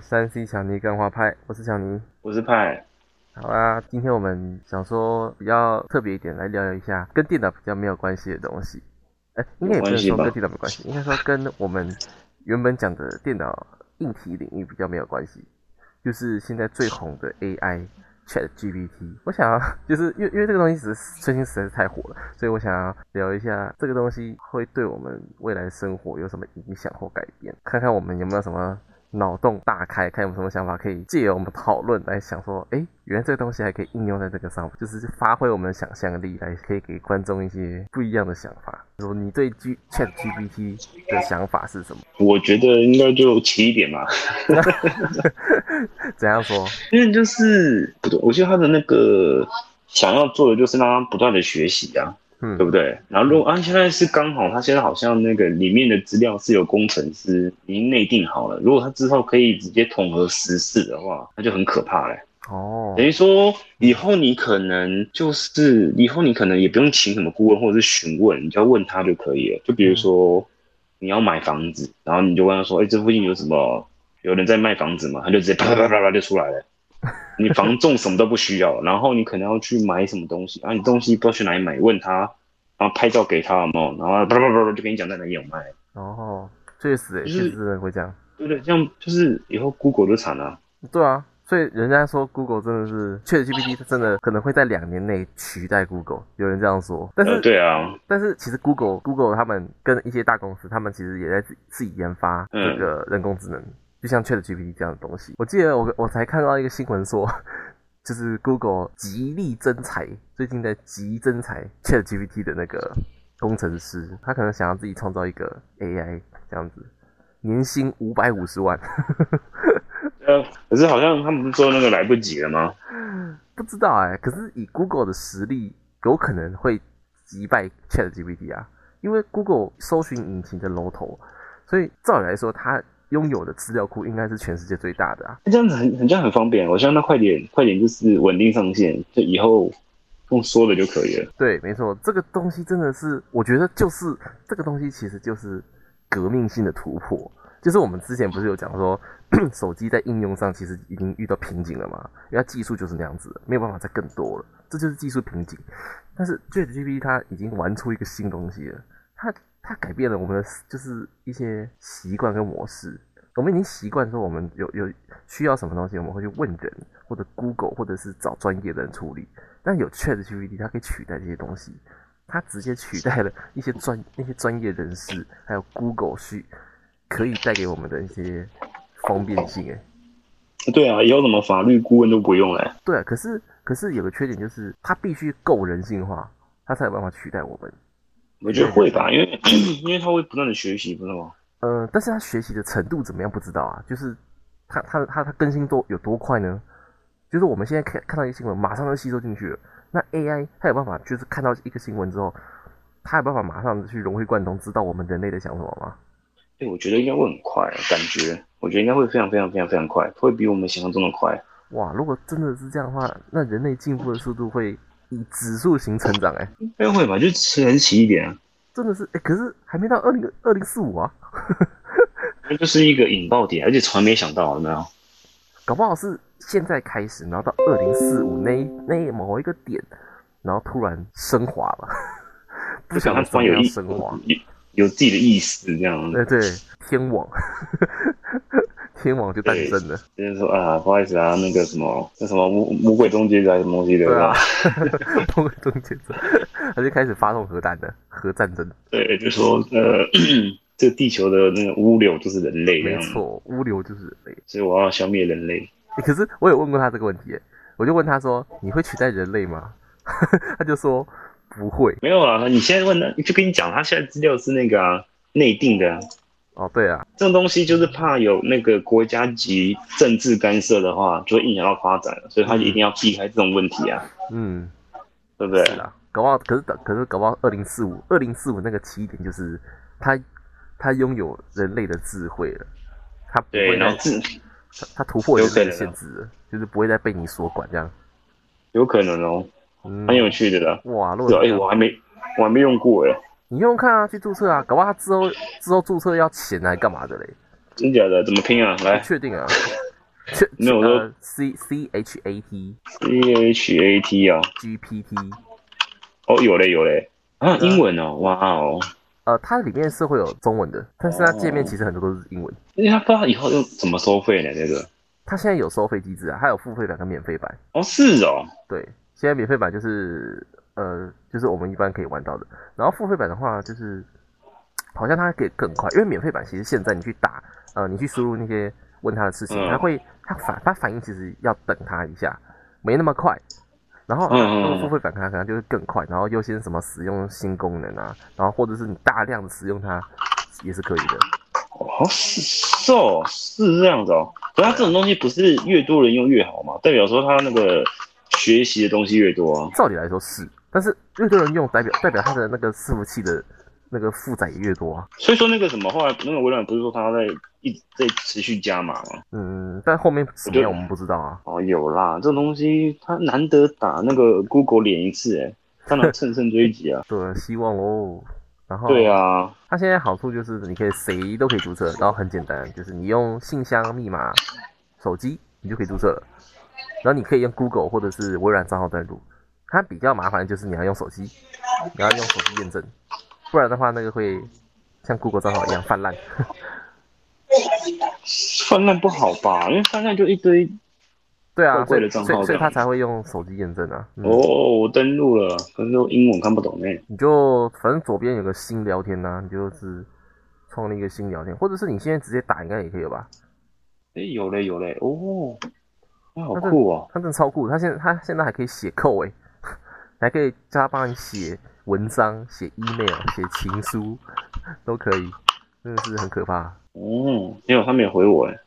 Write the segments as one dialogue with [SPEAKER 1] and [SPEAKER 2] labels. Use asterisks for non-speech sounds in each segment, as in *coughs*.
[SPEAKER 1] 三 C 强尼干话派，我是强尼。
[SPEAKER 2] 我是派，
[SPEAKER 1] 好啦，今天我们想说比较特别一点，来聊聊一下跟电脑比较没有关系的东西。哎、应该也不能说
[SPEAKER 2] 有
[SPEAKER 1] 跟
[SPEAKER 2] 关系吧
[SPEAKER 1] 电脑没关系，应该说跟我们原本讲的电脑硬体领域比较没有关系，就是现在最红的 AI。Chat GPT，我想要就是因为因为这个东西只是最近实在是太火了，所以我想要聊一下这个东西会对我们未来生活有什么影响或改变，看看我们有没有什么脑洞大开，看有什么想法可以借由我们讨论来想说，哎，原来这个东西还可以应用在这个上面，就是发挥我们的想象力来可以给观众一些不一样的想法。说你对 G Chat GPT 的想法是什么？ *laughs*
[SPEAKER 2] 我觉得应该就齐一点吧， *laughs*
[SPEAKER 1] 怎样说？
[SPEAKER 2] 因为就是不对，我觉得他的那个想要做的就是让他不断的学习啊，
[SPEAKER 1] 嗯
[SPEAKER 2] 对不对？然后如果啊，现在是刚好他现在好像那个里面的资料是由工程师已经内定好了，如果他之后可以直接统合实事的话，那就很可怕嘞、
[SPEAKER 1] 哦，
[SPEAKER 2] 等于说，以后你可能就是以后你可能也不用请什么顾问或者是询问，你只要问他就可以了。就比
[SPEAKER 1] 嗯
[SPEAKER 2] 如说你要买房子，然后你就问他说：“哎、这附近有什么有人在卖房子吗？”他就直接啪啪啪啪啪就出来
[SPEAKER 1] *laughs*
[SPEAKER 2] 了。你房仲什么都不需要，然后你可能要去买什么东西，然啊后你东西不知道去哪里买，问他，然后拍照给他有没有，然后啪啪啪啪就跟你讲在哪里有卖。
[SPEAKER 1] 哦，确实，
[SPEAKER 2] 就
[SPEAKER 1] 确实
[SPEAKER 2] 是
[SPEAKER 1] 真的会这样。
[SPEAKER 2] 对不对？这样就是以后 Google 就惨了、
[SPEAKER 1] 对啊，所以人家说 Google 真的是 ChatGPT 它真的可能会在两年内取代 Google，有人这样说。但是、
[SPEAKER 2] 呃，对啊，
[SPEAKER 1] 但是其实 Google Google 他们跟一些大公司，他们其实也在自己自己研发
[SPEAKER 2] 嗯
[SPEAKER 1] 这个人工智能，就像 ChatGPT 这样的东西。我记得我我才看到一个新闻说， *laughs* 就是 Google 极力增才，最近在极增才 ChatGPT 的那个工程师，他可能想要自己创造一个 AI 这样子，年薪五百五十万。
[SPEAKER 2] 呃，可是好像他们不是说那个来不及了吗？
[SPEAKER 1] 不知道哎、可是以 Google 的实力，有可能会击败 ChatGPT 啊，因为 Google 搜寻引擎的龙头，所以照理来说，它拥有的资料库应该是全世界最大的啊。
[SPEAKER 2] 这样子很很这样很方便，我希望它快点快点就是稳定上线，就以后用说的就可以了。
[SPEAKER 1] 对，没错，这个东西真的是，我觉得就是这个东西其实就是革命性的突破。就是我们之前不是有讲说，手机在应用上其实已经遇到瓶颈了嘛，因为它技术就是那样子，没有办法再更多了，这就是技术瓶颈。但是 ChatGPT 它已经玩出一个新东西了，它它改变了我们的就是一些习惯跟模式。我们已经习惯说，我们有有需要什么东西，我们会去问人，或者 Google，或者是找专业的人处理。但有 ChatGPT，它可以取代这些东西，它直接取代了一些专那些专业人士，还有 Google 去可以带给我们的一些方便性。哎，
[SPEAKER 2] 对啊，以后什么法律顾问都不用了、
[SPEAKER 1] 对啊，可是可是有个缺点就是它必须够人性化，它才有办法取代我们。
[SPEAKER 2] 我觉得会吧，因为 *coughs* 因为他会不断的学习，不是吗？
[SPEAKER 1] 呃，但是他学习的程度怎么样不知道啊？就是他他他他更新多有多快呢？就是我们现在看看到一个新闻，马上就吸收进去了。那 AI 它有办法，就是看到一个新闻之后，它有办法马上去融会贯通，知道我们人类在想什么吗？
[SPEAKER 2] 对，我觉得应该会很快，感觉我觉得应该会非常非常非常非常快，会比我们想象中的快。
[SPEAKER 1] 哇，如果真的是这样的话，那人类进步的速度会以指数型成长、欸，哎，
[SPEAKER 2] 应该会吧，就神奇一点、啊，
[SPEAKER 1] 真的是，哎、可是还没到二零二零四五啊，
[SPEAKER 2] 那就是一个引爆点，而且从来没想到，有没有？
[SPEAKER 1] 搞不好是现在开始，然后到二零四五那一那某一个点，然后突然升华了， *laughs* 不
[SPEAKER 2] 想
[SPEAKER 1] 晓
[SPEAKER 2] 他
[SPEAKER 1] 得
[SPEAKER 2] 突
[SPEAKER 1] 怎
[SPEAKER 2] 然
[SPEAKER 1] 么
[SPEAKER 2] 有
[SPEAKER 1] 样
[SPEAKER 2] 意
[SPEAKER 1] 升华。
[SPEAKER 2] 有有自己的意识这样。
[SPEAKER 1] 对对，天网， *laughs* 天网就诞生了。
[SPEAKER 2] 就是说啊，不好意思啊，那个什么，那什么魔魔鬼终结者还是什么东西的，
[SPEAKER 1] 对啊， *laughs* 通过终结者，他就开始发动核弹了，核战争。
[SPEAKER 2] 对，就说呃， *clears throat* 这地球的那个物流就是人类这
[SPEAKER 1] 没
[SPEAKER 2] 样，
[SPEAKER 1] 错，物流就是人类。
[SPEAKER 2] 所以我要消灭人类。
[SPEAKER 1] 欸可是我有问过他这个问题欸，我就问他说：“你会取代人类吗？” *laughs* 他就说：“不会。
[SPEAKER 2] 没有啊，你现在问他，就跟你讲，他现在资料是那个啊内定的啊、”
[SPEAKER 1] 哦，对啊，
[SPEAKER 2] 这种东西就是怕有那个国家级政治干涉的话，就会影响到发展了，所以他一定要避开这种问题啊，
[SPEAKER 1] 嗯，
[SPEAKER 2] 对不对？
[SPEAKER 1] 是啊，搞不好，可是等可是搞不好，二零四五，二零四五那个起点就是他他拥有人类的智慧了，他不
[SPEAKER 2] 对，
[SPEAKER 1] 会
[SPEAKER 2] 然后
[SPEAKER 1] 再
[SPEAKER 2] 自
[SPEAKER 1] 他他突破人类的
[SPEAKER 2] 有可能
[SPEAKER 1] 限
[SPEAKER 2] 啊
[SPEAKER 1] 制了，就是不会再被你所管这样。
[SPEAKER 2] 有可能哦，
[SPEAKER 1] 嗯，
[SPEAKER 2] 蛮有趣的啦。
[SPEAKER 1] 哇，如果
[SPEAKER 2] 对，
[SPEAKER 1] 是
[SPEAKER 2] 哎、
[SPEAKER 1] 这样
[SPEAKER 2] 我还没我还没用过哎、
[SPEAKER 1] 你用看啊，去注册啊，搞不好他之后之后注册要钱来干嘛的嘞？
[SPEAKER 2] 真假的？怎么拼啊？来
[SPEAKER 1] 不，确定啊，这
[SPEAKER 2] 没有我说
[SPEAKER 1] 呃 C C H A T
[SPEAKER 2] C H A T 啊，
[SPEAKER 1] G P T，
[SPEAKER 2] 哦，有嘞有嘞，啊，
[SPEAKER 1] 对啊
[SPEAKER 2] 英文哦，哇哦，
[SPEAKER 1] 呃，它里面是会有中文的，但是它界面其实很多都是英文。
[SPEAKER 2] 因为他不知道以后用怎么收费呢？这个，
[SPEAKER 1] 它现在有收费机制啊，它有付费版跟免费版。
[SPEAKER 2] 哦，是哦，
[SPEAKER 1] 对，现在免费版就是呃，就是我们一般可以玩到的。然后付费版的话，就是好像它可以更快，因为免费版其实现在你去打呃，你去输入那些问他的事情，
[SPEAKER 2] 嗯
[SPEAKER 1] 他会他反他反应其实要等他一下，没那么快。然后
[SPEAKER 2] 嗯嗯嗯
[SPEAKER 1] 如果付费版它可能就会更快，然后优先什么使用新功能啊，然后或者是你大量的使用它也是可以的。
[SPEAKER 2] 哦，是是哦，是这样子哦。可是它这种东西不是越多人用越好吗？代表说它那个学习的东西越多啊。
[SPEAKER 1] 照理来说是，但是越多人用，代表代表它的那个伺服器的那个负载也越多啊。
[SPEAKER 2] 所以说那个什么，后来那个微软不是说它在一直在持续加码吗？
[SPEAKER 1] 嗯，但后面怎么样我们不知道啊。。
[SPEAKER 2] 哦，有啦，这种东西它难得打那个 Google 脸一次，哎，当然乘胜追击啊
[SPEAKER 1] 对，希望 *laughs* 哦。然后，
[SPEAKER 2] 对，啊，
[SPEAKER 1] 它现在好处就是你可以谁都可以注册，然后很简单，就是你用信箱、密码、手机，你就可以注册了。然后你可以用 Google 或者是微软账号登录。它比较麻烦的就是你要用手机，你要用手机验证，不然的话那个会像 Google 账号一样泛滥。
[SPEAKER 2] 泛滥不好吧？因为泛滥就一堆、
[SPEAKER 1] 对啊，所
[SPEAKER 2] 怪怪
[SPEAKER 1] 以
[SPEAKER 2] 的
[SPEAKER 1] 所
[SPEAKER 2] 账
[SPEAKER 1] 以
[SPEAKER 2] 号
[SPEAKER 1] 所以
[SPEAKER 2] 这样
[SPEAKER 1] 他才会用手机验证啊。嗯、
[SPEAKER 2] 哦，我登录了，可是我英文看不懂哎。
[SPEAKER 1] 你就反正左边有个新聊天呐、你就是创立一个新聊天，或者是你现在直接打应该也可以吧？
[SPEAKER 2] 哎，有嘞有嘞，哦，那好酷哦。
[SPEAKER 1] 他真的超酷，他现在他现在还可以写扣诶、 *laughs* 还可以叫他帮你写文章、写 email、写情书都可以，真的是很可怕。
[SPEAKER 2] 哦，没有，他没有回我哎。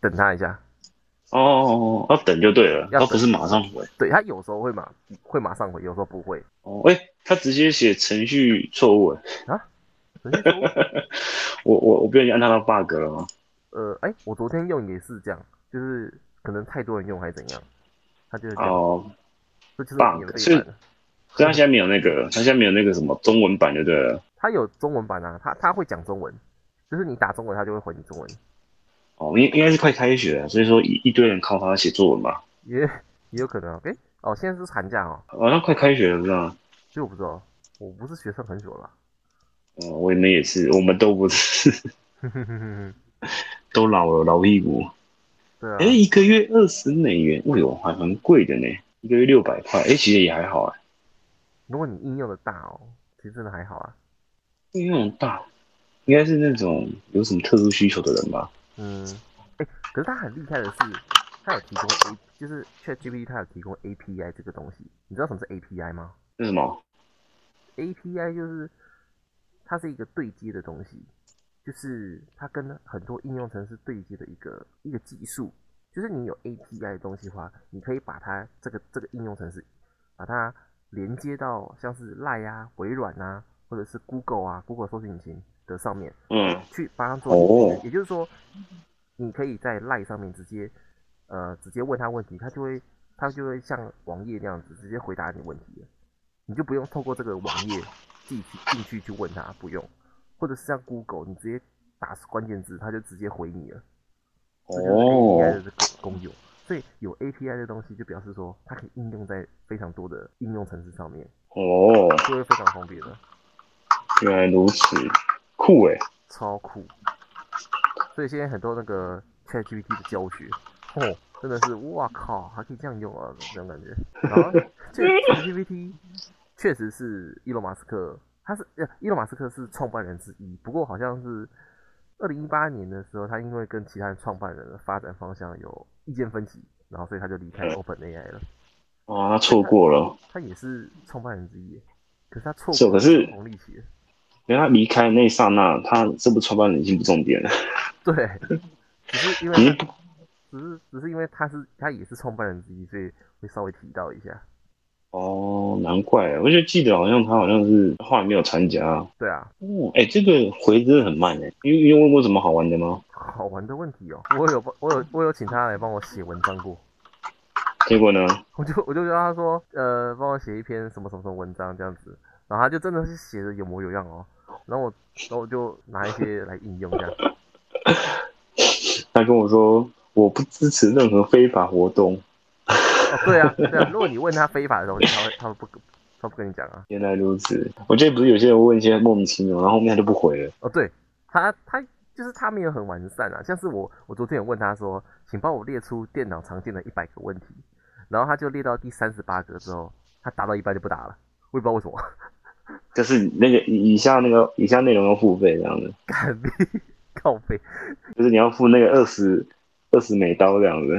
[SPEAKER 1] 等他一下，
[SPEAKER 2] 哦，要等就对了，
[SPEAKER 1] 要
[SPEAKER 2] 他
[SPEAKER 1] 等
[SPEAKER 2] 不是马上回。
[SPEAKER 1] 对他有时候会马会马上回，有时候不会。
[SPEAKER 2] 哦，哎、他直接写程序错误哎，
[SPEAKER 1] 可是说
[SPEAKER 2] 我我我不小心按到他 bug 了吗？
[SPEAKER 1] 呃，哎、我昨天用也是这样，就是可能太多人用还是怎样，他就是这样，
[SPEAKER 2] 哦，
[SPEAKER 1] 这就是
[SPEAKER 2] 棒
[SPEAKER 1] 免
[SPEAKER 2] 是
[SPEAKER 1] 费版的。
[SPEAKER 2] 所以他现在没有那个，他现在没有那个什么中文版就对了。
[SPEAKER 1] 他有中文版啊，他他会讲中文，就是你打中文，他就会回你中文，
[SPEAKER 2] 哦，应应该是快开学了，所以说一一堆人靠他写作文吧。
[SPEAKER 1] 也也有可能啊。诶、哦，现在是寒假哦，
[SPEAKER 2] 好、像快开学了，不是吗？
[SPEAKER 1] 所以我不知道，我不是学生很久了啊、 *laughs*
[SPEAKER 2] 哦，我们也是，我们都不是， *laughs* 都老了，老屁股。
[SPEAKER 1] 对啊
[SPEAKER 2] 哎、，一个月二十美元，哎呦，还蛮贵的呢，一个月六百块，哎、其实也还好哎，
[SPEAKER 1] 如果你应用的大哦，其实真的还好啊。
[SPEAKER 2] 因为那种大，应该是那种有什么特殊需求的人吧。
[SPEAKER 1] 嗯，诶、可是他很厉害的是，他有提供 A，就是 ChatGPT 他有提供 API 这个东西，你知道什么是 API 吗
[SPEAKER 2] 那什么？
[SPEAKER 1] ？API 就是它是一个对接的东西，就是它跟很多应用程式对接的一个一个技术。就是你有 API 的东西的话，你可以把它这个这个应用程式，把它连接到像是 Line 啊、微软啊，或者是 Google 啊、Google 搜索引擎的上面，
[SPEAKER 2] 嗯，
[SPEAKER 1] 去帮它做
[SPEAKER 2] 哦
[SPEAKER 1] 连接。也就是说，你可以在 Line 上面直接呃直接问他问题，他就会他就会像网页那样子直接回答你问题了，你就不用透过这个网页自己去进去去问他，不用，或者是像 Google，你直接打关键字，他就直接回你了。这就是 API
[SPEAKER 2] 哦，
[SPEAKER 1] 的功用。所以有 API 的东西，就表示说它可以应用在非常多的应用程式上面，
[SPEAKER 2] 哦，
[SPEAKER 1] 就会非常方便的，
[SPEAKER 2] 原来如此，酷诶。
[SPEAKER 1] 超酷。所以现在很多那个 ChatGPT 的教学，哦，真的是哇靠，还可以这样用啊，这种感觉。然
[SPEAKER 2] *laughs*
[SPEAKER 1] 后 ChatGPT 确实是伊隆马斯克，他是呃伊隆马斯克是创办人之一，不过好像是。二零一八年的时候，他因为跟其他创办人的发展方向有意见分歧，然后所以他就离开
[SPEAKER 2] 嗯
[SPEAKER 1] OpenAI 了。
[SPEAKER 2] 哦，他错过了，
[SPEAKER 1] 他也是创办人之一耶，可是他错
[SPEAKER 2] 是
[SPEAKER 1] 过
[SPEAKER 2] 可是
[SPEAKER 1] 红利期了。
[SPEAKER 2] 因为他离开那一刹那，他这部创办人已经不重点了。
[SPEAKER 1] *laughs* 对，只是因为
[SPEAKER 2] 你
[SPEAKER 1] 他只是只是因为他是他也是创办人之一，所以会稍微提到一下。
[SPEAKER 2] 哦，难怪，我就记得好像他好像是后来没有参加。
[SPEAKER 1] 对啊，
[SPEAKER 2] 哦，哎，这个回真的很慢哎。因为因为问过什么好玩的吗？
[SPEAKER 1] 好玩的问题哦，我有帮我有我有请他来帮我写文章过，
[SPEAKER 2] 结果呢？
[SPEAKER 1] 我就我就叫他说，呃，帮我写一篇什么什么什么文章这样子，然后他就真的是写的有模有样哦，然后我哦然后我就拿一些来应用这样，
[SPEAKER 2] 他跟我说，我不支持任何非法活动。
[SPEAKER 1] 哦，对啊，对啊。如果你问他非法的东西，他会他会不他不跟你讲啊。
[SPEAKER 2] 原来如此，我觉得不是有些人问一些莫名其妙，然后后面他就不回了。
[SPEAKER 1] 哦，对他他就是他没有很完善啊。像是我我昨天有问他说，请帮我列出电脑常见的一百个问题，然后他就列到第三十八个之后，他答到一半就不答了，我也不知道为什么。 *laughs*
[SPEAKER 2] 就是那个以以下那个以下内容要付费这样子，
[SPEAKER 1] 干逼 *laughs* 靠背，
[SPEAKER 2] 就是你要付那个二十二十美刀这样子。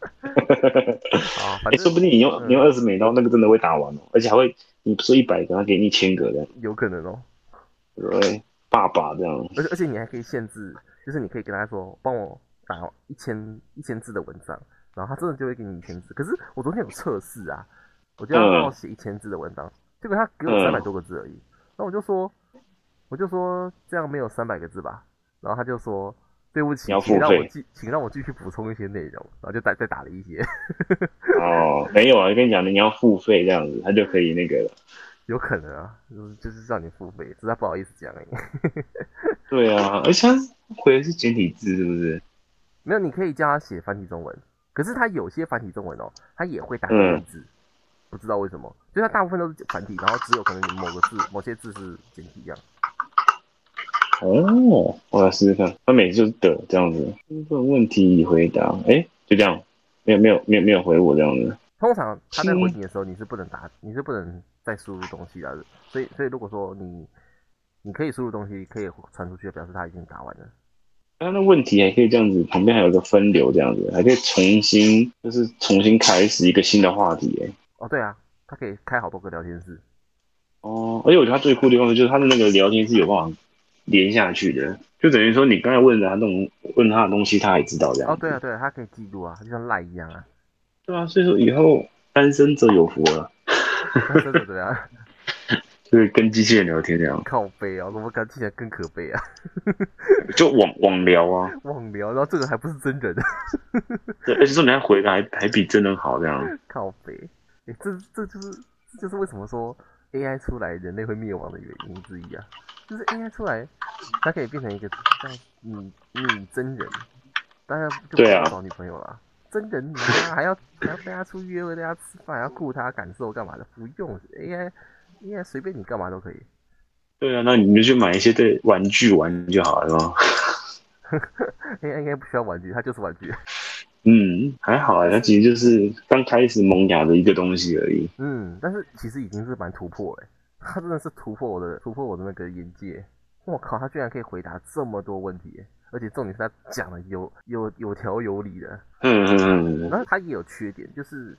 [SPEAKER 1] 啊，反
[SPEAKER 2] 哎、说
[SPEAKER 1] 正
[SPEAKER 2] 不定你用你用二十美刀，那个真的会打完哦，而且还会你不说一百个，他给你一千个这样，
[SPEAKER 1] 有可能哦。
[SPEAKER 2] 对，哎爸爸这样，
[SPEAKER 1] 而且而且你还可以限制，就是你可以跟他说，帮我打一千一千字的文章，然后他真的就会给你一千字。可是我昨天有测试啊，我就要帮我写一千字的文章，结果他给我
[SPEAKER 2] 嗯
[SPEAKER 1] 三百多个字而已。那我就说，我就说这样没有三百个字吧。然后他就说，对不起
[SPEAKER 2] 你要，付
[SPEAKER 1] 请让我
[SPEAKER 2] 费
[SPEAKER 1] 继请让我继续补充一些内容，然后就再再打了一些， *laughs*
[SPEAKER 2] 哦，没有啊，跟你讲的你要付费这样子，他就可以那个了。
[SPEAKER 1] 有可能啊，就是就是让你付费，只是他不好意思讲而已。
[SPEAKER 2] 对啊，而且他回的是简体字，是不是？
[SPEAKER 1] 没有，你可以叫他写繁体中文，可是他有些繁体中文哦，他也会打简体字，不知道为什么，就是他大部分都是繁体，然后只有可能有某个字、某些字是简体这样。
[SPEAKER 2] 哦，我来试试看。他每次就是的这样子，问问题已回答，哎、就这样，没有没有没有没有回我这样子。
[SPEAKER 1] 通常他在回你的时候，你是不能打，你是不能再输入东西的，所以所以如果说你你可以输入东西，可以传出去，表示他已经打完了。
[SPEAKER 2] 他的问题还可以这样子，旁边还有个分流这样子，还可以重新就是重新开始一个新的话题、哎。
[SPEAKER 1] 哦，对啊，他可以开好多个聊天室，
[SPEAKER 2] 哦，而且我觉得他最酷的地方就是他的那个聊天是有办法连下去的，就等于说你刚才问的他那种问他的东西，他也知道这样。
[SPEAKER 1] 哦，对啊，对啊，他可以记录啊，就像赖一样啊，
[SPEAKER 2] 对啊，所以说以后单身者有福了，
[SPEAKER 1] 对对对啊， *laughs*
[SPEAKER 2] 就是跟机器人聊天这样，
[SPEAKER 1] 靠背啊，我怎么感觉听起来更可悲啊，
[SPEAKER 2] 就网网聊啊，
[SPEAKER 1] 忘聊，然后这个还不是真人。
[SPEAKER 2] 对，而且说你还回的还还比真人好这样。
[SPEAKER 1] 靠北，哎、这这就是这就是为什么说 AI 出来人类会灭亡的原因之一啊，就是 AI 出来，它可以变成一个像你你真人，大家就不
[SPEAKER 2] 对啊
[SPEAKER 1] 要找女朋友啦。真人你妈还要还要带他出去约会，带他吃饭，还要顾他感受干嘛的？不用 AI AI 随便你干嘛都可以。
[SPEAKER 2] 对啊，那你就去买一些对玩具玩就好了嘛。
[SPEAKER 1] AI 应该不需要玩具，它就是玩具。
[SPEAKER 2] 嗯，还好啊，它其实就是刚开始萌芽的一个东西而已。
[SPEAKER 1] 嗯，但是其实已经是蛮突破哎、他真的是突破我的突破我的那个眼界。我靠，他居然可以回答这么多问题、欸，而且重点是他讲的有有有条有理的。
[SPEAKER 2] 嗯嗯嗯嗯，
[SPEAKER 1] 然后他也有缺点，就是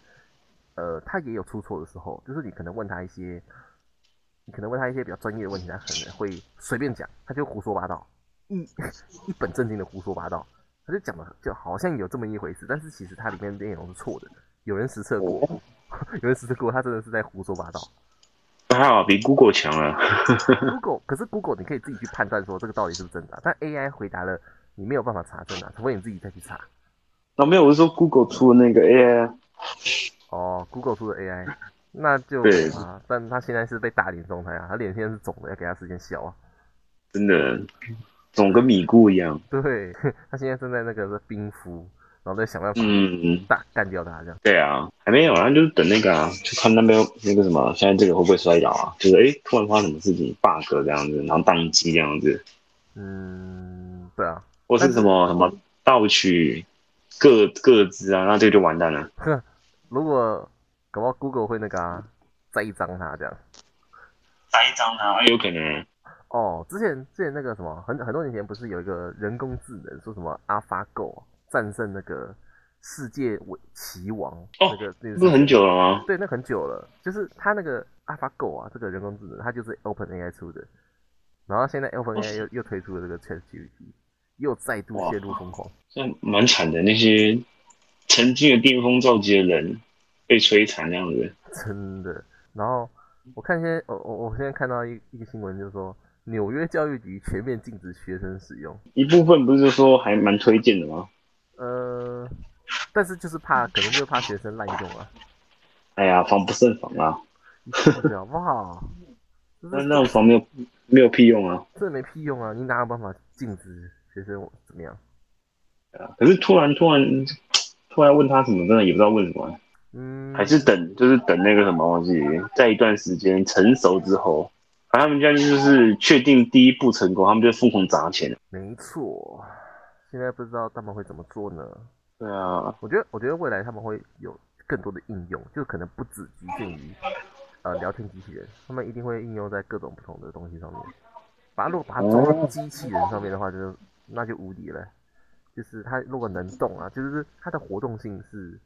[SPEAKER 1] 呃，他也有出错的时候，就是你可能问他一些，你可能问他一些比较专业的问题，他可能会随便讲，他就胡说八道，一 *laughs* 一本正经的胡说八道，他就讲的就好像有这么一回事，但是其实它里面内容是错的，有人实测过， *laughs* 有人实测过，他真的是在胡说八道。
[SPEAKER 2] 还好比 Google 强啊。
[SPEAKER 1] Google 可是 Google 你可以自己去判断说这个到底是不是真的，但 AI 回答了你没有办法查证啊，除非你自己再去查。
[SPEAKER 2] 那、哦没有，我是说 Google 出的那个 AI 啊
[SPEAKER 1] 哦，Google 出的 AI，那
[SPEAKER 2] *laughs*
[SPEAKER 1] 就
[SPEAKER 2] 对
[SPEAKER 1] 啊，但他现在是被打脸状态啊，他脸现在是肿的，要给他时间消啊。
[SPEAKER 2] 真的肿跟米糊一样。
[SPEAKER 1] 对， *laughs* 他现在正在那个冰敷，然后在想办法
[SPEAKER 2] 嗯，
[SPEAKER 1] 打干掉他这样。
[SPEAKER 2] 对啊，还没有啊，就是等那个啊，就看那边那个什么，现在这个会不会摔倒啊？就是哎、诶突然发生什么事情，bug 这样子，然后宕机这样子，
[SPEAKER 1] 嗯，对啊，
[SPEAKER 2] 或是什么什么盗取各各自啊，那这个就完蛋了。
[SPEAKER 1] 如果搞不好 Google 会那个啊，栽赃他这样。
[SPEAKER 2] 栽赃啊，有可能。
[SPEAKER 1] 哦，之前之前那个什么，很很多年前不是有一个人工智能说什么 AlphaGo 战胜那个世界围棋王，
[SPEAKER 2] 哦
[SPEAKER 1] 那个那个
[SPEAKER 2] 不是很久了吗？
[SPEAKER 1] 对，那很久了，就是它那个 AlphaGo 啊，这个人工智能，它就是 OpenAI 出的，然后现在 OpenAI 又、又推出了这个 ChatGPT，又再度
[SPEAKER 2] 哇
[SPEAKER 1] 陷入疯狂。
[SPEAKER 2] 这蛮惨的，那些曾经的巅峰造极的人被摧残这样子。
[SPEAKER 1] 真的。然后我看现在，我我我现在看到一一个新闻，就是说纽约教育局全面禁止学生使用，
[SPEAKER 2] 一部分不是说还蛮推荐的吗？
[SPEAKER 1] 呃，但是就是怕，可能就是怕学生滥用啊，
[SPEAKER 2] 哎呀，防不胜防啊，
[SPEAKER 1] 你说对好不好？这
[SPEAKER 2] 那
[SPEAKER 1] 是
[SPEAKER 2] 那种防没有没有屁用啊。
[SPEAKER 1] 这没屁用啊！你哪有办法禁止学生怎么样？
[SPEAKER 2] 哎啊，可是突然突然突然问他什么，真的也不知道问什么，啊
[SPEAKER 1] 嗯，
[SPEAKER 2] 还是等就是等那个什么东西，在一段时间成熟之后，反正他们将近就是确定第一步成功，他们就疯狂砸钱。
[SPEAKER 1] 没错。现在不知道他们会怎么做呢？
[SPEAKER 2] 对啊，
[SPEAKER 1] 我觉得，我觉得未来他们会有更多的应用，就可能不只局限于呃聊天机器人，他们一定会应用在各种不同的东西上面。把它如果把它装到机器人上面的话，就是那就无敌了。就是它如果能动啊，就是它的活动性是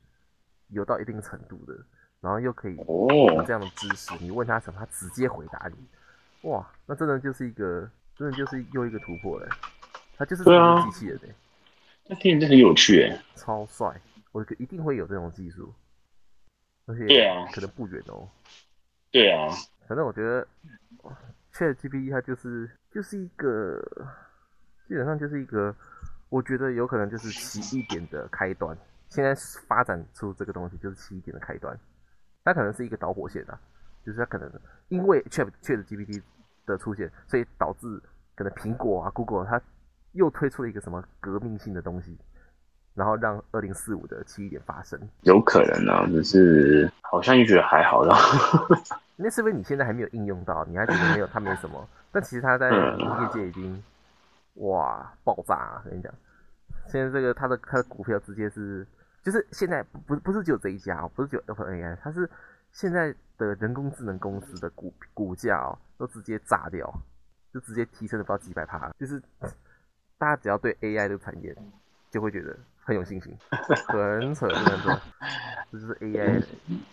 [SPEAKER 1] 有到一定程度的，然后又可以有
[SPEAKER 2] 哦，
[SPEAKER 1] 这样的知识，你问他什么，他直接回答你。哇，那真的就是一个，真的就是又一个突破了。它就是
[SPEAKER 2] 对
[SPEAKER 1] 真
[SPEAKER 2] 啊
[SPEAKER 1] 的机器人哎、
[SPEAKER 2] 那听起来很有趣欸诶。
[SPEAKER 1] 超帅，我觉得一定会有这种技术，而
[SPEAKER 2] 对
[SPEAKER 1] 且
[SPEAKER 2] 啊
[SPEAKER 1] 可能不远哦。
[SPEAKER 2] 对啊，
[SPEAKER 1] 反正我觉得哦 ChatGPT 它就是就是一个，基本上就是一个，我觉得有可能就是奇异点的开端。现在发展出这个东西就是奇异点的开端，它可能是一个导火线啊，就是它可能因为 Chat ChatGPT 的出现，所以导致可能苹果啊 Google 它又推出了一个什么革命性的东西，然后让二零四五的奇异点发生。
[SPEAKER 2] 有可能啊，只是好像就觉得还好啦。 *laughs*
[SPEAKER 1] 那是不是你现在还没有应用到？你还觉得没有它没什么？但其实它在
[SPEAKER 2] 嗯
[SPEAKER 1] 业界已经哇爆炸、啊！跟你讲，现在这个它的它的股票直接是，就是现在不不不是只有这一家哦，不是只有 OpenAI，它是现在的人工智能公司的股股价哦，都直接炸掉，就直接提升了不知道几百趴。就是大家只要对 AI 这个产业就会觉得很有信心，很扯，真的很扯，这就是 AI，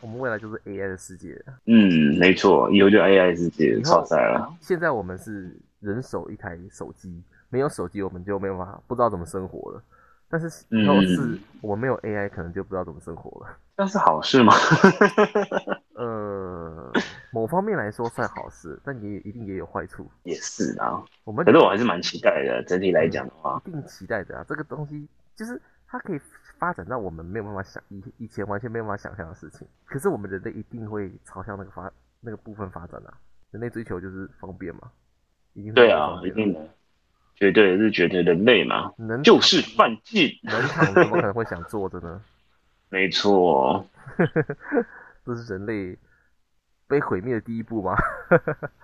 [SPEAKER 1] 我们未来就是 AI 的世界了。
[SPEAKER 2] 嗯，没错，以后就 AI 世界
[SPEAKER 1] 以后啊
[SPEAKER 2] 超载了。
[SPEAKER 1] 现在我们是人手一台手机，没有手机我们就没有办法不知道怎么生活了。但是
[SPEAKER 2] 嗯
[SPEAKER 1] 以后是我们没有 AI，可能就不知道怎么生活了。
[SPEAKER 2] 那是好事吗？ *laughs*
[SPEAKER 1] 呃，某方面来说算好事，但也一定也有坏处。
[SPEAKER 2] 也是啊，
[SPEAKER 1] 我们
[SPEAKER 2] 可是我还是蛮期待的。整体来讲的话，
[SPEAKER 1] 一定期待的啊，这个东西就是它可以发展到我们没有办法想以以前完全没有办法想象的事情。可是我们人类一定会朝向那个发那个部分发展啊。人类追求就是方便嘛，一定是
[SPEAKER 2] 对
[SPEAKER 1] 方
[SPEAKER 2] 啊，一
[SPEAKER 1] 便
[SPEAKER 2] 定的，绝对是觉得人类嘛，
[SPEAKER 1] 能
[SPEAKER 2] 就是犯贱。
[SPEAKER 1] 能躺怎么可能会想坐着呢？ *laughs*
[SPEAKER 2] 没错，
[SPEAKER 1] 这是人类被毁灭的第一步吗？ *laughs*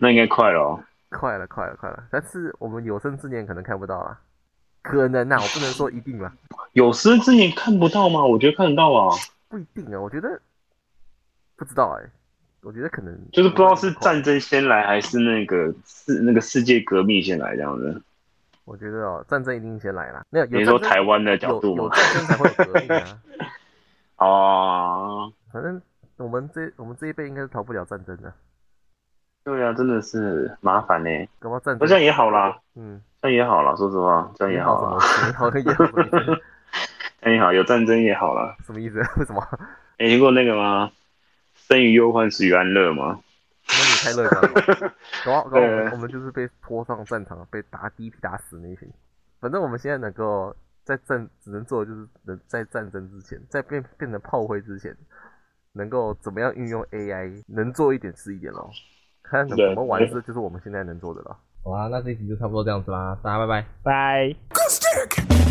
[SPEAKER 2] 那应该快了哦。
[SPEAKER 1] 快了，快了，快了！但是我们有生之年可能看不到啦，可能啊，我不能说一定啦，
[SPEAKER 2] 有生之年看不到吗？我觉得看得到啊，
[SPEAKER 1] 不一定啊。我觉得不知道哎、我觉得可能
[SPEAKER 2] 就是不知道是战，争先来还是那个世那个世界革命先来这样子。
[SPEAKER 1] 我觉得哦，战争一定先来啦。没有，有
[SPEAKER 2] 你说
[SPEAKER 1] 战争
[SPEAKER 2] 台湾的角
[SPEAKER 1] 有
[SPEAKER 2] 度
[SPEAKER 1] 有
[SPEAKER 2] 吗？
[SPEAKER 1] 战争才会有革命啊。
[SPEAKER 2] 哦，
[SPEAKER 1] 反正我们这我们这一辈应该是逃不了战争的，
[SPEAKER 2] 对啊，真的是麻烦呢、
[SPEAKER 1] 搞不好战
[SPEAKER 2] 那这样
[SPEAKER 1] 争
[SPEAKER 2] 也好啦，
[SPEAKER 1] 嗯，
[SPEAKER 2] 这样也好啦，说实话，这样也好啊
[SPEAKER 1] 什么
[SPEAKER 2] 啦，
[SPEAKER 1] 事？好像也好什么意思？ *laughs*
[SPEAKER 2] 这样也好，有战争也好啦。
[SPEAKER 1] 什么意思？为什么？
[SPEAKER 2] 你听过那个吗？生于忧患，死于安乐吗？
[SPEAKER 1] 那你太乐观
[SPEAKER 2] *laughs*
[SPEAKER 1] 了。搞不好搞不好我们
[SPEAKER 2] 对
[SPEAKER 1] 我们就是被拖上战场，被打第一批打死那一群。反正我们现在能够在战，只能做的就是能在战争之前，在变变成炮灰之前，能够怎么样运用 AI，能做一点是一点咯。看怎
[SPEAKER 2] 对
[SPEAKER 1] 么玩，这啊就是我们现在能做的了。好啦，那这一集就差不多这样子啦，大家拜拜。
[SPEAKER 3] 拜。
[SPEAKER 4] Acoustic!